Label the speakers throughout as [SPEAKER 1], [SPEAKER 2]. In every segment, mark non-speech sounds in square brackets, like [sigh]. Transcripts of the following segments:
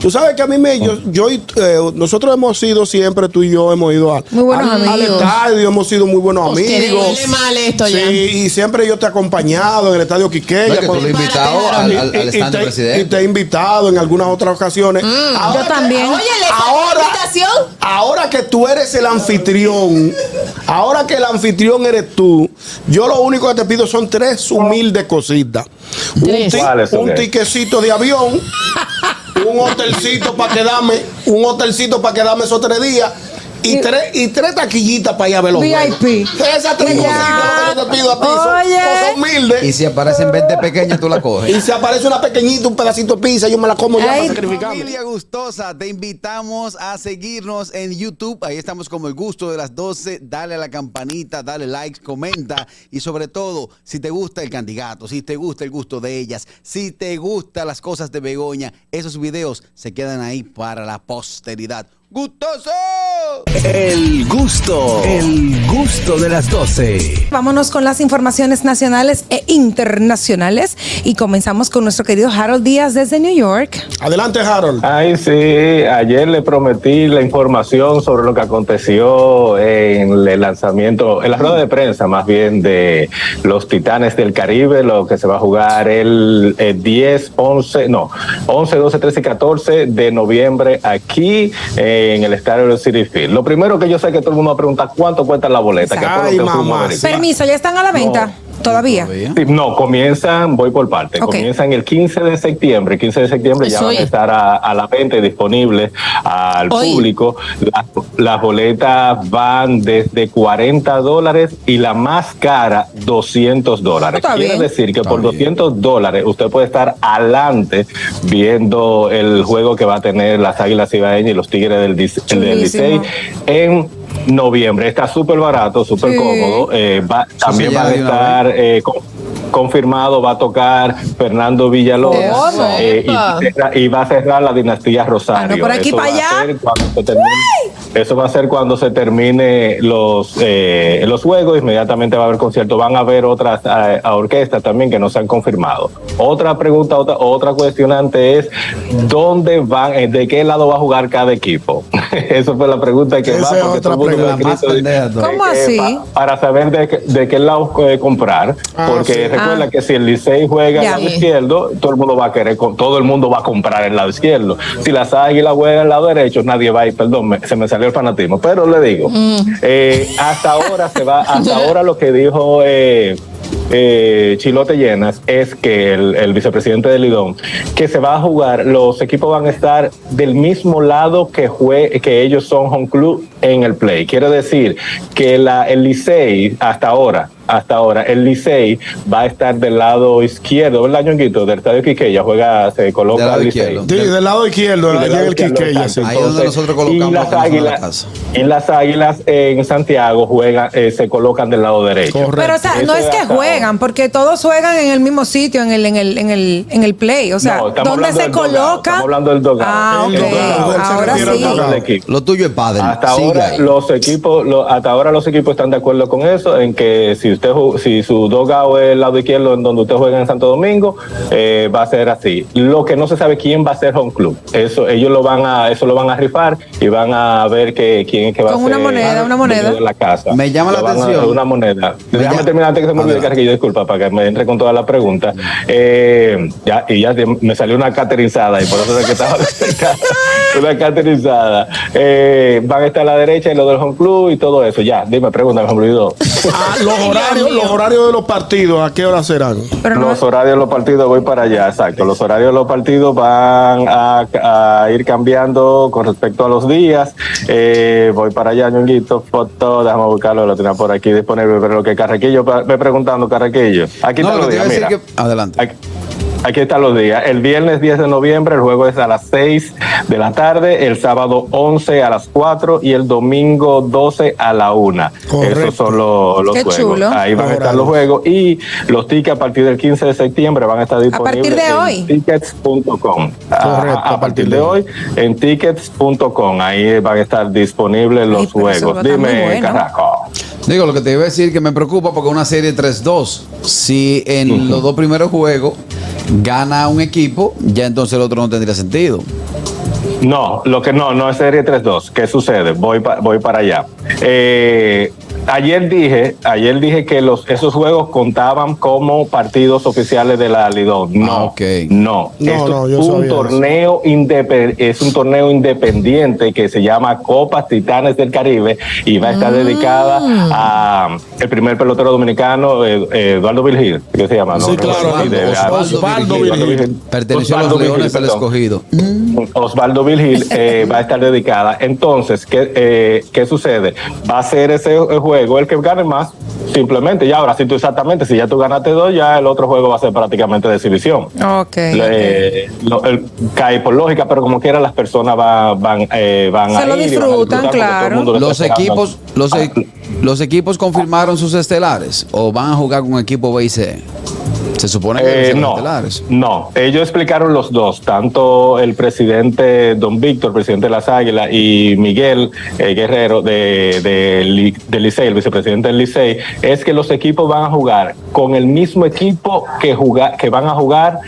[SPEAKER 1] Tú sabes que a mí me, yo, yo y- eh, nosotros hemos sido siempre, tú y yo hemos ido al,
[SPEAKER 2] Muy buenos
[SPEAKER 1] al, al
[SPEAKER 2] amigos. Pues
[SPEAKER 1] estadio, hemos sido muy buenos
[SPEAKER 3] Ustedes
[SPEAKER 1] amigos.
[SPEAKER 3] huele mal esto
[SPEAKER 1] sí,
[SPEAKER 3] ya.
[SPEAKER 1] y siempre yo te he acompañado en el estadio Quiqueya.
[SPEAKER 4] No es que tú lo
[SPEAKER 5] pues,
[SPEAKER 1] cuando-
[SPEAKER 4] he invitado al, al, al
[SPEAKER 1] y- y te-
[SPEAKER 4] stand del
[SPEAKER 1] y te
[SPEAKER 4] presidente. Mm,
[SPEAKER 1] he invitado en algunas otras ocasiones. Ahora
[SPEAKER 2] yo
[SPEAKER 1] que-
[SPEAKER 2] también.
[SPEAKER 3] Oye, le
[SPEAKER 1] Ahora-
[SPEAKER 3] ahora, invitación.
[SPEAKER 1] Ahora que tú eres el anfitrión, ahora que el anfitrión eres tú, yo lo único que te pido son tres humildes cositas. Un,
[SPEAKER 3] Tres.
[SPEAKER 1] ti-
[SPEAKER 6] ¿Cuáles son
[SPEAKER 1] un
[SPEAKER 6] esas?
[SPEAKER 1] tiquecito de avión, un hotelcito para quedarme, un hotelcito para quedarme esos tres días. Y tres, y tres taquillitas para ir a ver los juegos.
[SPEAKER 2] VIP.
[SPEAKER 1] Esas tres
[SPEAKER 2] Ya.
[SPEAKER 1] cositas que yo te pido a ti son
[SPEAKER 2] Oye.
[SPEAKER 1] cosas humildes.
[SPEAKER 4] Y si aparecen 20 pequeñas, tú
[SPEAKER 1] [laughs]
[SPEAKER 4] la coges.
[SPEAKER 1] Y si aparece una pequeñita, un pedacito de pizza, yo me la como ya para
[SPEAKER 2] Ay,
[SPEAKER 1] sacrificarme.
[SPEAKER 5] Familia gustosa, te invitamos a seguirnos en YouTube. Ahí estamos como el gusto de las 12. Dale a la campanita, dale like, comenta. Y sobre todo, si te gusta el candidato, si te gusta el gusto de ellas, si te gustan las cosas de Begoña, esos videos se quedan ahí para la posteridad. ¡Gustoso!
[SPEAKER 7] El gusto, el gusto de las 12.
[SPEAKER 2] Vámonos con las informaciones nacionales e internacionales y comenzamos con nuestro querido Harold Díaz desde New York.
[SPEAKER 1] Adelante, Harold.
[SPEAKER 6] Ay, sí, ayer le prometí la información sobre lo que aconteció en el lanzamiento, en la rueda de prensa más bien de los Titanes del Caribe, lo que se va a jugar el, eh, 10, 11, no, 11, 12, 13 y 14 de noviembre aquí eh, en el estadio del City Field. Lo primero que yo sé que todo el mundo va a preguntar, ¿cuánto cuesta la boleta? Que fue lo
[SPEAKER 1] Ay,
[SPEAKER 6] que fuimos a
[SPEAKER 1] mamá,
[SPEAKER 6] verificar.
[SPEAKER 2] Permiso, ya están a la venta. Todavía.
[SPEAKER 6] Sí, no, comienzan, voy por parte,
[SPEAKER 2] ¿eh? Ok.
[SPEAKER 6] comienzan el 15 de septiembre. El 15 de septiembre ya
[SPEAKER 3] Eso
[SPEAKER 6] van
[SPEAKER 3] es.
[SPEAKER 6] a estar a, a la venta y disponibles al
[SPEAKER 3] Hoy.
[SPEAKER 6] público. Las, las boletas van desde 40 dólares y la más cara 200 dólares.
[SPEAKER 2] Está
[SPEAKER 6] Quiere
[SPEAKER 2] bien.
[SPEAKER 6] decir que
[SPEAKER 4] Está
[SPEAKER 6] por
[SPEAKER 4] bien.
[SPEAKER 6] 200 dólares usted puede estar adelante viendo el juego que va a tener las Águilas Cibaeñas y los Tigres del, Lice- del
[SPEAKER 2] Chulísimo.
[SPEAKER 6] Licey en noviembre. Está súper barato, súper
[SPEAKER 2] Sí.
[SPEAKER 6] cómodo. Eh, va, también
[SPEAKER 4] se
[SPEAKER 6] va a
[SPEAKER 4] llama de una vez.
[SPEAKER 6] estar estar, eh, con- confirmado, va a tocar Fernando Villalobos
[SPEAKER 3] ¿Cómo?
[SPEAKER 6] eh, y, cerra- y va a cerrar la dinastía Rosario.
[SPEAKER 2] Ah, no, por aquí
[SPEAKER 6] eso,
[SPEAKER 2] para
[SPEAKER 6] va a
[SPEAKER 2] allá.
[SPEAKER 6] ser cuando se termine- eso va a ser cuando se termine los, eh, los juegos, inmediatamente va a haber concierto, van a haber otras eh, a orquestas también que no se han confirmado. Otra pregunta, otra, otra cuestionante es, ¿dónde van, eh, de qué lado va a jugar cada equipo? [laughs] Esa fue la pregunta que
[SPEAKER 1] Esa
[SPEAKER 6] va,
[SPEAKER 1] es
[SPEAKER 6] porque
[SPEAKER 1] otra
[SPEAKER 6] todo el mundo
[SPEAKER 1] pregunta.
[SPEAKER 6] me ha escrito-
[SPEAKER 2] ¿Cómo
[SPEAKER 6] eh,
[SPEAKER 2] así?
[SPEAKER 6] pa- para saber de, qué- de qué lado eh, comprar,
[SPEAKER 1] Ah,
[SPEAKER 6] porque
[SPEAKER 1] sí.
[SPEAKER 6] recuerda
[SPEAKER 2] Ah.
[SPEAKER 6] que si el Licey juega
[SPEAKER 2] Ya.
[SPEAKER 6] al lado izquierdo, todo el mundo va a querer, co- todo el mundo va a comprar el lado izquierdo. Si las águilas juegan al lado derecho, nadie va a ir, perdón, me- se me salió el fanatismo, pero le digo, eh, hasta ahora se va, hasta ahora lo que dijo eh, eh, Chilote Llenas es que el, el vicepresidente de Lidón, que se va a jugar, los equipos van a estar del mismo lado que, jue- que ellos son home club en el play. Quiere decir que la, el Licey, hasta ahora, hasta ahora, el Licey va a estar del lado izquierdo, ¿verdad, Ñonguito? Del estadio Quiqueya juega, se coloca
[SPEAKER 4] Del lado
[SPEAKER 6] el Licey.
[SPEAKER 4] izquierdo.
[SPEAKER 1] Sí, del lado izquierdo,
[SPEAKER 6] Y del
[SPEAKER 1] llega
[SPEAKER 6] lado
[SPEAKER 1] el
[SPEAKER 6] izquierdo,
[SPEAKER 1] Quiqueya. sí.
[SPEAKER 6] exacto.
[SPEAKER 4] Ahí es donde nosotros colocamos
[SPEAKER 6] y
[SPEAKER 4] la
[SPEAKER 6] las,
[SPEAKER 4] persona en la
[SPEAKER 6] águilas,
[SPEAKER 4] casa.
[SPEAKER 6] y las águilas en Santiago juegan, eh, se colocan del lado derecho.
[SPEAKER 1] Correcto.
[SPEAKER 2] Pero o sea, no
[SPEAKER 6] Eso
[SPEAKER 2] es
[SPEAKER 6] es
[SPEAKER 2] que
[SPEAKER 6] hasta
[SPEAKER 2] juegan, porque todos juegan en el mismo sitio, en el, en el, en el, en el play. O sea,
[SPEAKER 6] No, estamos
[SPEAKER 2] ¿dónde
[SPEAKER 6] hablando
[SPEAKER 2] se
[SPEAKER 6] del dogado,
[SPEAKER 2] coloca?
[SPEAKER 6] estamos hablando del dogado.
[SPEAKER 2] Ah,
[SPEAKER 1] El dogado,
[SPEAKER 2] ok.
[SPEAKER 1] él se
[SPEAKER 2] Ahora
[SPEAKER 1] refiere al
[SPEAKER 2] sí.
[SPEAKER 1] dogado.
[SPEAKER 6] Del equipo.
[SPEAKER 4] Lo tuyo es padre.
[SPEAKER 6] Hasta
[SPEAKER 4] Sigue
[SPEAKER 6] ahora
[SPEAKER 4] ahí.
[SPEAKER 6] los equipos, lo- hasta ahora los equipos están de acuerdo con eso, en que si usted ju- si su dogado es el lado izquierdo en donde usted juega en Santo Domingo, eh, va a ser así. Lo que no se sabe quién va a ser home club. Eso ellos lo van a eso lo van a rifar y van a ver que quién es que va
[SPEAKER 2] Con
[SPEAKER 6] a
[SPEAKER 2] una
[SPEAKER 6] ser
[SPEAKER 2] moneda, una moneda.
[SPEAKER 6] dueño de la casa.
[SPEAKER 4] Me llama la
[SPEAKER 6] Lo van a-
[SPEAKER 4] atención.
[SPEAKER 6] una moneda.
[SPEAKER 4] Me
[SPEAKER 6] Déjame
[SPEAKER 4] llama-
[SPEAKER 6] terminar antes que se me olvide
[SPEAKER 4] Adelante.
[SPEAKER 6] que yo disculpa para que me entre con toda la pregunta. Eh, ya, y ya se- me salió una caterizada y por eso es que estaba
[SPEAKER 4] [laughs]
[SPEAKER 6] una caterizada. Eh, van a estar a la derecha y lo del home club y todo eso. Ya, dime, pregunta, me olvidó.
[SPEAKER 1] Ah, los horarios, los horarios de los partidos, ¿a qué hora serán?
[SPEAKER 2] Pero no,
[SPEAKER 6] los horarios de los partidos, voy para allá, exacto. Los horarios de los partidos van a, a ir cambiando con respecto a los días. Eh, voy para allá, ñonguito, foto, déjame buscarlo, lo tenía por aquí disponible, pero lo que Carrequillo, pa- ve preguntando, Carrequillo. Aquí
[SPEAKER 4] No, lo
[SPEAKER 6] están los
[SPEAKER 4] que te iba
[SPEAKER 6] días,
[SPEAKER 4] a decir
[SPEAKER 6] mira.
[SPEAKER 4] que. Adelante.
[SPEAKER 6] Aquí, aquí están los días. El viernes 10 de noviembre, el juego es a las 6 de la tarde, el sábado 11 a las 4 y el domingo 12 a la 1.
[SPEAKER 1] Correcto.
[SPEAKER 6] Esos son los, los
[SPEAKER 2] Qué
[SPEAKER 6] juegos.
[SPEAKER 2] chulo.
[SPEAKER 6] Ahí van a estar los juegos y los tickets a partir del 15 de septiembre van a estar disponibles
[SPEAKER 2] partir de
[SPEAKER 6] en
[SPEAKER 2] hoy.
[SPEAKER 6] tickets.com.
[SPEAKER 1] Correcto,
[SPEAKER 6] Ah, A, a partir de hoy en tickets.com. Ahí van a estar disponibles los
[SPEAKER 2] Ay, pero eso va a
[SPEAKER 6] juegos.
[SPEAKER 2] estar muy
[SPEAKER 6] Dime,
[SPEAKER 2] bueno.
[SPEAKER 6] Carraco.
[SPEAKER 4] Digo, lo que te iba a decir que me preocupa porque una serie 3-2, si en los dos primeros juegos gana un equipo, ya entonces el otro no tendría sentido.
[SPEAKER 6] No, lo que no, no es serie 3-2. ¿Qué sucede? Voy, pa- voy para allá. Eh, ayer dije, ayer dije que los, esos juegos contaban como partidos oficiales de la Lidón. No,
[SPEAKER 4] Ah, ok.
[SPEAKER 6] no.
[SPEAKER 1] No,
[SPEAKER 6] Esto
[SPEAKER 1] no, yo
[SPEAKER 6] es
[SPEAKER 1] sabía
[SPEAKER 6] un
[SPEAKER 1] eso.
[SPEAKER 6] torneo indepe- es un torneo independiente que se llama Copas Titanes del Caribe y va a estar dedicada a el primer pelotero dominicano, eh, eh, Eduardo Virgil, ¿qué se llama? No,
[SPEAKER 1] Sí,
[SPEAKER 6] no,
[SPEAKER 1] claro.
[SPEAKER 6] sí, de-
[SPEAKER 1] Osvaldo,
[SPEAKER 4] Osvaldo
[SPEAKER 1] Virgil.
[SPEAKER 6] Virgil.
[SPEAKER 4] Perteneció a
[SPEAKER 6] Osvaldo
[SPEAKER 4] los Leones del
[SPEAKER 6] Virgil, perdón.
[SPEAKER 4] Escogido.
[SPEAKER 6] Osvaldo Virgil eh,
[SPEAKER 2] [laughs]
[SPEAKER 6] va a estar dedicada. Entonces, ¿qué, eh, ¿qué sucede? Va a ser ese eh, juego el que gane más, simplemente. Ya ahora, si tú exactamente, si ya tú ganaste dos, ya el otro juego va a ser prácticamente de exhibición.
[SPEAKER 2] Ok.
[SPEAKER 6] Le- eh, lo- el- cae por lógica, pero como quiera las personas va- van, eh, van
[SPEAKER 2] Se
[SPEAKER 6] a
[SPEAKER 2] lo
[SPEAKER 6] ir y van a
[SPEAKER 2] disfrutan,
[SPEAKER 6] disfrutar porque todo el
[SPEAKER 2] claro.
[SPEAKER 6] mundo lo
[SPEAKER 4] Los
[SPEAKER 6] está esperando.
[SPEAKER 4] equipos, los,
[SPEAKER 6] Ah.
[SPEAKER 4] e- los equipos confirmaron sus estelares o van a jugar con equipo B y C. Se supone que deben
[SPEAKER 6] Eh,
[SPEAKER 4] ser los
[SPEAKER 6] no,
[SPEAKER 4] estelares.
[SPEAKER 6] no, ellos explicaron los dos, tanto el presidente Don Víctor, presidente de las Águilas, y Miguel eh, Guerrero de, de, Li- del Licey, el vicepresidente del Licey, es que los equipos van a jugar con el mismo equipo que, juga- que van a jugar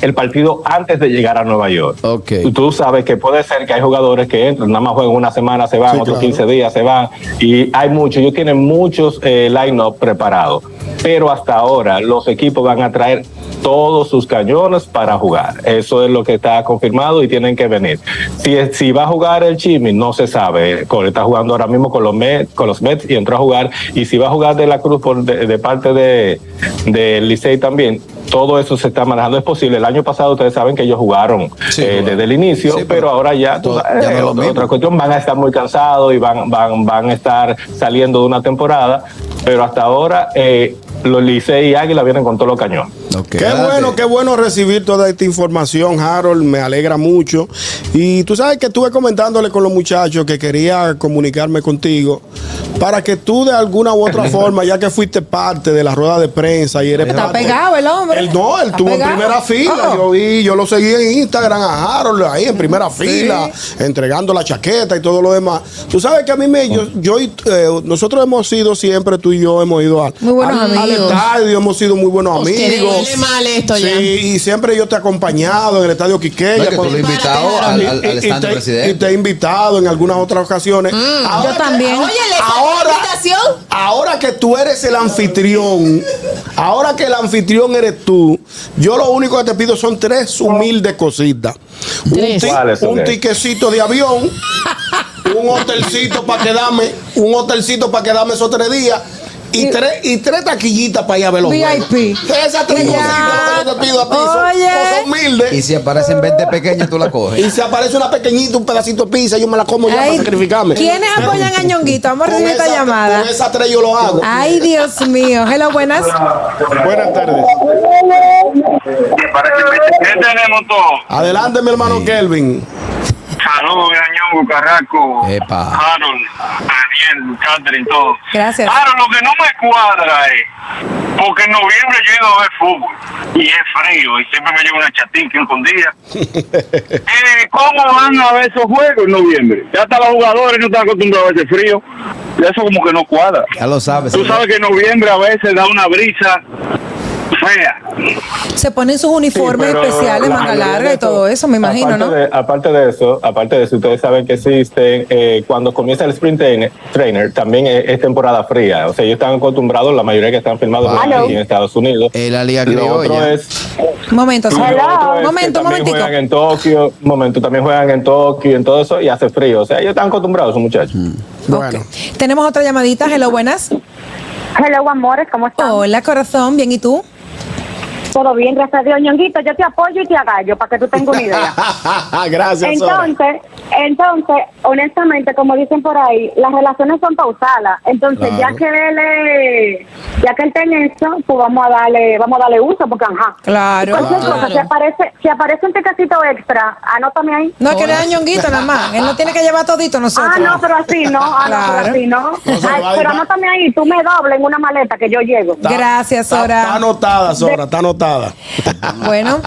[SPEAKER 6] el partido antes de llegar a Nueva York.
[SPEAKER 4] Ok.
[SPEAKER 6] Tú sabes que puede ser que hay jugadores que entran, nada más juegan una semana, se van,
[SPEAKER 1] Sí,
[SPEAKER 6] otros
[SPEAKER 1] claro.
[SPEAKER 6] 15 días se van, y hay muchos, ellos tienen muchos eh, line-up preparados, pero hasta ahora los equipos van a traer todos sus cañones para jugar. Eso es lo que está confirmado y tienen que venir. Si, es- si va a jugar el Chimi, no se sabe. Col- Está jugando ahora mismo con los, Met- con los Mets y entró a jugar. Y si va a jugar de la Cruz por, de, de parte de, de Licey también, todo eso se está manejando. Es posible. El año pasado ustedes saben que ellos jugaron
[SPEAKER 4] Sí,
[SPEAKER 6] eh,
[SPEAKER 4] jugaron.
[SPEAKER 6] desde el inicio,
[SPEAKER 4] Sí,
[SPEAKER 6] pero,
[SPEAKER 4] pero
[SPEAKER 6] ahora ya, tú
[SPEAKER 4] todo-
[SPEAKER 6] sabes, eh,
[SPEAKER 4] ya no es lo
[SPEAKER 6] otra-
[SPEAKER 4] mismo.
[SPEAKER 6] otra cuestión, van a estar muy cansados y van, van, van a estar saliendo de una temporada, pero hasta ahora eh, los Licey y Águila vienen con todos los cañones.
[SPEAKER 4] Ok.
[SPEAKER 1] Qué bueno, qué bueno recibir toda esta información, Harold. Me alegra mucho. Y tú sabes que estuve comentándole con los muchachos que quería comunicarme contigo para que tú de alguna u
[SPEAKER 2] [laughs]
[SPEAKER 1] otra forma, ya que fuiste parte de la rueda de prensa y eres
[SPEAKER 2] Está
[SPEAKER 1] parte-
[SPEAKER 2] pegado el hombre.
[SPEAKER 1] Él no, él
[SPEAKER 2] Está
[SPEAKER 1] estuvo en
[SPEAKER 2] pegado.
[SPEAKER 1] primera fila.
[SPEAKER 2] Oh.
[SPEAKER 1] Yo vi, yo lo seguí en Instagram a Harold ahí en primera fila, entregando la chaqueta y todo lo demás. Tú sabes que a mí me, yo, yo y- eh, nosotros hemos sido siempre, tú y yo hemos ido al,
[SPEAKER 2] Muy buenos
[SPEAKER 1] al- al
[SPEAKER 2] amigos.
[SPEAKER 1] estadio, hemos sido muy buenos
[SPEAKER 3] Usted
[SPEAKER 1] amigos.
[SPEAKER 3] huele mal esto
[SPEAKER 1] sí,
[SPEAKER 3] ya.
[SPEAKER 1] y siempre yo te he acompañado en el estadio Quiqueya.
[SPEAKER 4] No, es que tú
[SPEAKER 1] cuando-
[SPEAKER 4] lo has invitado
[SPEAKER 3] Prepárate,
[SPEAKER 4] al,
[SPEAKER 1] y-
[SPEAKER 4] al,
[SPEAKER 1] y-
[SPEAKER 4] al
[SPEAKER 1] y
[SPEAKER 4] stand
[SPEAKER 1] te-
[SPEAKER 4] del
[SPEAKER 1] Y te
[SPEAKER 4] presidente.
[SPEAKER 1] he invitado en algunas otras ocasiones. Ahora
[SPEAKER 2] Mm, yo
[SPEAKER 1] que-
[SPEAKER 2] también.
[SPEAKER 3] Oye, le falta
[SPEAKER 1] Ahora-
[SPEAKER 3] invitación.
[SPEAKER 1] Ahora que tú eres el anfitrión, ahora que el anfitrión eres tú, yo lo único que te pido son tres humildes cositas. Un,
[SPEAKER 3] Tres.
[SPEAKER 1] ti-
[SPEAKER 6] ¿Cuáles son
[SPEAKER 1] un
[SPEAKER 6] esas?
[SPEAKER 1] tiquecito de avión, un hotelcito para quedarme, un hotelcito para quedarme esos tres días. Y
[SPEAKER 2] Y-
[SPEAKER 1] tres, y tres taquillitas para ir a ver los
[SPEAKER 2] VIP.
[SPEAKER 1] juegos. Esas tres
[SPEAKER 2] Y
[SPEAKER 1] cositas
[SPEAKER 2] ya.
[SPEAKER 1] que yo te pido a ti son
[SPEAKER 2] Oye.
[SPEAKER 1] cosas humildes.
[SPEAKER 4] Y si aparecen 20 pequeñas, tú la
[SPEAKER 1] Y [laughs]
[SPEAKER 4] coges.
[SPEAKER 1] si aparece una pequeñita, un pedacito de pizza, yo me la como ya
[SPEAKER 2] Ay,
[SPEAKER 1] para sacrificarme.
[SPEAKER 2] ¿Quiénes
[SPEAKER 1] Pero
[SPEAKER 2] apoyan a Ñonguito? Vamos a recibir
[SPEAKER 1] con
[SPEAKER 2] esta
[SPEAKER 1] esa-
[SPEAKER 2] llamada.
[SPEAKER 6] pues.
[SPEAKER 2] Ah.
[SPEAKER 1] Con esa tres yo lo hago.
[SPEAKER 2] Ay, Dios mío. Hello, buenas.
[SPEAKER 1] Buenas tardes.
[SPEAKER 8] Que parece que- ¿Qué tenemos todo?
[SPEAKER 1] Adelante, mi hermano Kelvin.
[SPEAKER 8] Saludos, Ñongo, Carraco,
[SPEAKER 4] Epa.
[SPEAKER 8] Harold, Ariel, Catherine, todo.
[SPEAKER 2] Gracias.
[SPEAKER 8] Harold, lo que no me cuadra es, porque en noviembre yo he ido a ver fútbol y es frío y siempre me llevo una chatín un condía. eh, ¿Cómo van a ver esos juegos en noviembre? Ya hasta los jugadores no están acostumbrados a ese frío. Eso como que no cuadra.
[SPEAKER 4] Ya lo sabes.
[SPEAKER 8] Tú sabes que en noviembre a veces da una brisa fea.
[SPEAKER 2] Se ponen sus uniformes
[SPEAKER 6] pero
[SPEAKER 2] especiales,
[SPEAKER 6] la
[SPEAKER 2] manga
[SPEAKER 6] mayoría
[SPEAKER 2] larga
[SPEAKER 6] de
[SPEAKER 2] y todo eso, me imagino,
[SPEAKER 6] aparte
[SPEAKER 2] ¿no?
[SPEAKER 6] de- aparte de eso, aparte de eso, ustedes saben que existen, eh, cuando comienza el sprint trainer, trainer, también es, es temporada fría. O sea, ellos están acostumbrados, la mayoría que están filmados
[SPEAKER 4] Wow.
[SPEAKER 6] aquí en Estados Unidos.
[SPEAKER 4] Es la liga
[SPEAKER 6] Lo otro
[SPEAKER 4] criolla.
[SPEAKER 6] es
[SPEAKER 2] Un momento,
[SPEAKER 8] Hello.
[SPEAKER 6] y lo otro es que
[SPEAKER 2] momento, un
[SPEAKER 6] también
[SPEAKER 2] momentico.
[SPEAKER 6] Juegan en Tokio, un momento, también juegan en Tokio y en todo eso y hace frío. O sea, ellos están acostumbrados, esos muchachos.
[SPEAKER 1] Mm. Bueno.
[SPEAKER 2] Ok. Tenemos otra llamadita. Hello, buenas.
[SPEAKER 9] Hello, amores, ¿cómo están?
[SPEAKER 2] Hola, corazón. Bien, ¿y tú?
[SPEAKER 9] Todo bien, gracias a Dios. Ñonguito, yo te apoyo y te agallo para que tú tengas una idea.
[SPEAKER 1] [laughs] Gracias, Sora.
[SPEAKER 9] Entonces, entonces, honestamente, como dicen por ahí, las relaciones son pausadas. Entonces,
[SPEAKER 4] Claro.
[SPEAKER 9] ya que él, eh, ya que él está en eso, pues vamos a darle, vamos a darle uso, porque ajá.
[SPEAKER 2] Claro.
[SPEAKER 9] Cualquier cosa, si aparece, si aparece un tecacito extra, anótame ahí.
[SPEAKER 2] No, es que le dan ñonguito nada más. Él no tiene que llevar todito nosotros.
[SPEAKER 9] Ah, no, pero así no, ah, no, pero
[SPEAKER 2] Claro.
[SPEAKER 9] así no.
[SPEAKER 1] No se
[SPEAKER 9] Ay,
[SPEAKER 1] va a
[SPEAKER 9] pero
[SPEAKER 1] ir-
[SPEAKER 9] anótame ahí, tú me dobles en una maleta que yo llego.
[SPEAKER 1] Está-
[SPEAKER 2] Gracias,
[SPEAKER 1] está-
[SPEAKER 2] Sora.
[SPEAKER 1] Está anotada, Sora, está atada.
[SPEAKER 2] Bueno,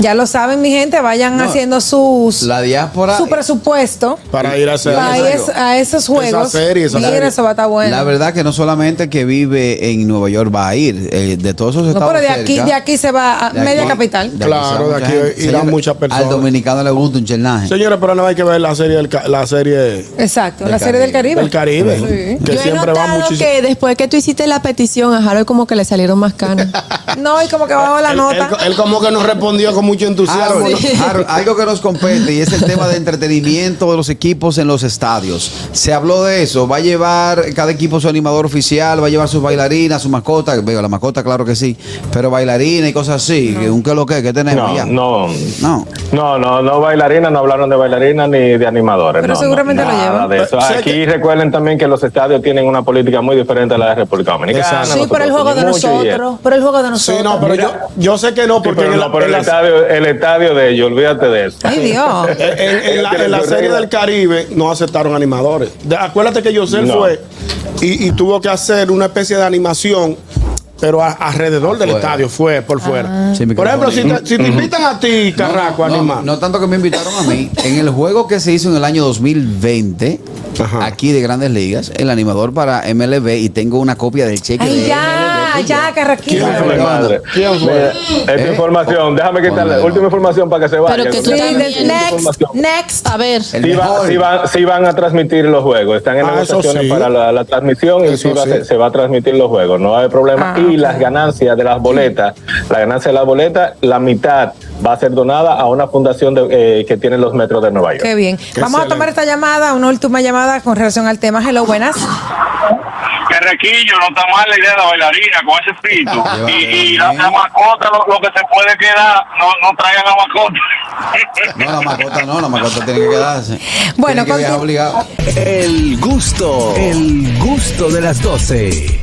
[SPEAKER 2] ya lo saben, mi gente, vayan haciendo sus,
[SPEAKER 4] La diáspora.
[SPEAKER 2] su presupuesto
[SPEAKER 1] Para ir a hacer.
[SPEAKER 2] para ir a esos juegos.
[SPEAKER 1] Esa serie, esa
[SPEAKER 2] Mira,
[SPEAKER 1] serie.
[SPEAKER 2] eso va a estar bueno.
[SPEAKER 4] La verdad que no solamente que vive en Nueva York va a ir, eh, de todos esos
[SPEAKER 2] No,
[SPEAKER 4] estados
[SPEAKER 2] pero de aquí,
[SPEAKER 4] cerca,
[SPEAKER 2] de aquí se va a
[SPEAKER 4] de
[SPEAKER 2] media
[SPEAKER 4] aquí-
[SPEAKER 2] capital.
[SPEAKER 4] aquí se va
[SPEAKER 1] Claro, de
[SPEAKER 4] mucha
[SPEAKER 1] aquí
[SPEAKER 4] gente.
[SPEAKER 1] irán muchas personas.
[SPEAKER 4] Al dominicano le gusta un chelnaje.
[SPEAKER 1] Señores, pero no hay que ver la serie del ca- la serie
[SPEAKER 2] Exacto,
[SPEAKER 4] Del
[SPEAKER 2] la serie del Caribe.
[SPEAKER 1] del Caribe,
[SPEAKER 2] Sí.
[SPEAKER 1] que
[SPEAKER 3] Yo he
[SPEAKER 1] siempre va
[SPEAKER 3] notado
[SPEAKER 1] muchísimo.
[SPEAKER 3] que después que tú hiciste la petición a Harold como que le salieron más canas.
[SPEAKER 2] [laughs] No, y como que bajo la
[SPEAKER 1] Él-
[SPEAKER 2] nota. Ah,
[SPEAKER 1] Él, él como que nos respondió con mucho entusiasmo.
[SPEAKER 4] Harold,
[SPEAKER 1] ¿no?
[SPEAKER 4] Ah, Harold, algo que nos compete y es el tema de entretenimiento de los equipos en los estadios. Se habló de eso. Va a llevar cada equipo su animador oficial, va a llevar sus bailarinas, su mascota. Veo, la mascota, claro que sí, pero bailarina y cosas así. que ¿Un qué lo que? ¿Qué tenemos
[SPEAKER 6] No,
[SPEAKER 4] ya?
[SPEAKER 6] no.
[SPEAKER 4] No.
[SPEAKER 6] No, no, no bailarina, no hablaron de bailarina ni de animadores.
[SPEAKER 2] Pero
[SPEAKER 6] no,
[SPEAKER 2] seguramente
[SPEAKER 6] no,
[SPEAKER 2] lo
[SPEAKER 6] nada
[SPEAKER 2] llevan.
[SPEAKER 6] de eso.
[SPEAKER 1] O sea
[SPEAKER 6] Aquí
[SPEAKER 1] que-
[SPEAKER 6] recuerden también que los estadios tienen una política muy diferente a la de República Dominicana.
[SPEAKER 2] Sí,
[SPEAKER 6] Nosotros
[SPEAKER 2] Ah, pero el juego de
[SPEAKER 6] mucho y esto.
[SPEAKER 2] nosotros. Pero el juego de
[SPEAKER 1] Sí,
[SPEAKER 2] nosotros.
[SPEAKER 1] no, pero yo, yo sé que no,
[SPEAKER 6] Sí,
[SPEAKER 1] porque
[SPEAKER 6] pero
[SPEAKER 1] en
[SPEAKER 6] no,
[SPEAKER 1] la-
[SPEAKER 6] pero
[SPEAKER 1] en
[SPEAKER 6] el,
[SPEAKER 1] la-
[SPEAKER 6] estadio, el estadio de ellos, olvídate de eso.
[SPEAKER 2] [laughs] Ay, Dios.
[SPEAKER 1] En, en- en la, en la serie del Caribe no aceptaron animadores. De- acuérdate que José
[SPEAKER 6] No.
[SPEAKER 1] fue y, y tuvo que hacer una especie de animación, pero a- alrededor del estadio, fue por fuera.
[SPEAKER 4] Ah. Sí,
[SPEAKER 1] por ejemplo, si
[SPEAKER 4] micrófono.
[SPEAKER 1] te, si te invitan a ti, Carraco, a
[SPEAKER 4] no,
[SPEAKER 1] animar.
[SPEAKER 4] no tanto que me invitaron a mí. En el juego que se hizo en el año 2020,
[SPEAKER 1] Ajá.
[SPEAKER 4] aquí de Grandes Ligas, el animador para MLB, y tengo una copia del cheque.
[SPEAKER 2] Ay,
[SPEAKER 4] de
[SPEAKER 2] ya, ya, Carraquillo.
[SPEAKER 6] Ay, mi madre.
[SPEAKER 1] ¿Quién fue?
[SPEAKER 6] Mira, Esta
[SPEAKER 4] ¿Eh?
[SPEAKER 6] información, déjame quitarle.
[SPEAKER 4] Bueno.
[SPEAKER 6] Última información para que se vaya.
[SPEAKER 3] Pero que
[SPEAKER 6] Yo
[SPEAKER 3] tú
[SPEAKER 6] creo
[SPEAKER 3] también.
[SPEAKER 6] es última
[SPEAKER 2] Next,
[SPEAKER 6] información.
[SPEAKER 2] next.
[SPEAKER 3] A ver.
[SPEAKER 4] El
[SPEAKER 6] Sí, va-
[SPEAKER 4] mejor.
[SPEAKER 6] sí van, sí van a transmitir los juegos, están en
[SPEAKER 1] Ah, eso
[SPEAKER 6] negociaciones
[SPEAKER 1] sí.
[SPEAKER 6] para la, la transmisión y
[SPEAKER 1] Eso
[SPEAKER 6] sí va-
[SPEAKER 1] sí.
[SPEAKER 6] se, se va a transmitir los juegos, no hay problema.
[SPEAKER 2] Ah,
[SPEAKER 6] y
[SPEAKER 2] ok.
[SPEAKER 6] las ganancias de las boletas, la ganancia de las boletas, la mitad va a ser donada a una fundación de- eh, que tiene los metros de Nueva York.
[SPEAKER 2] Qué bien. Vamos a tomar esta llamada, una última llamada con relación al tema. Hello, buenas.
[SPEAKER 8] Carrequillo, no está mal la idea de la bailarina con ese
[SPEAKER 4] [laughs]
[SPEAKER 8] espíritu. y y la,
[SPEAKER 4] ¿eh?
[SPEAKER 8] la mascota, lo, lo que se puede quedar, no, no traigan
[SPEAKER 4] No, la
[SPEAKER 8] la mascota.
[SPEAKER 4] mascota no, la mascota tiene que quedarse.
[SPEAKER 2] Bueno,
[SPEAKER 4] Tiene que viajar
[SPEAKER 2] continu-
[SPEAKER 4] obligado.
[SPEAKER 7] El gusto, el gusto de las 12.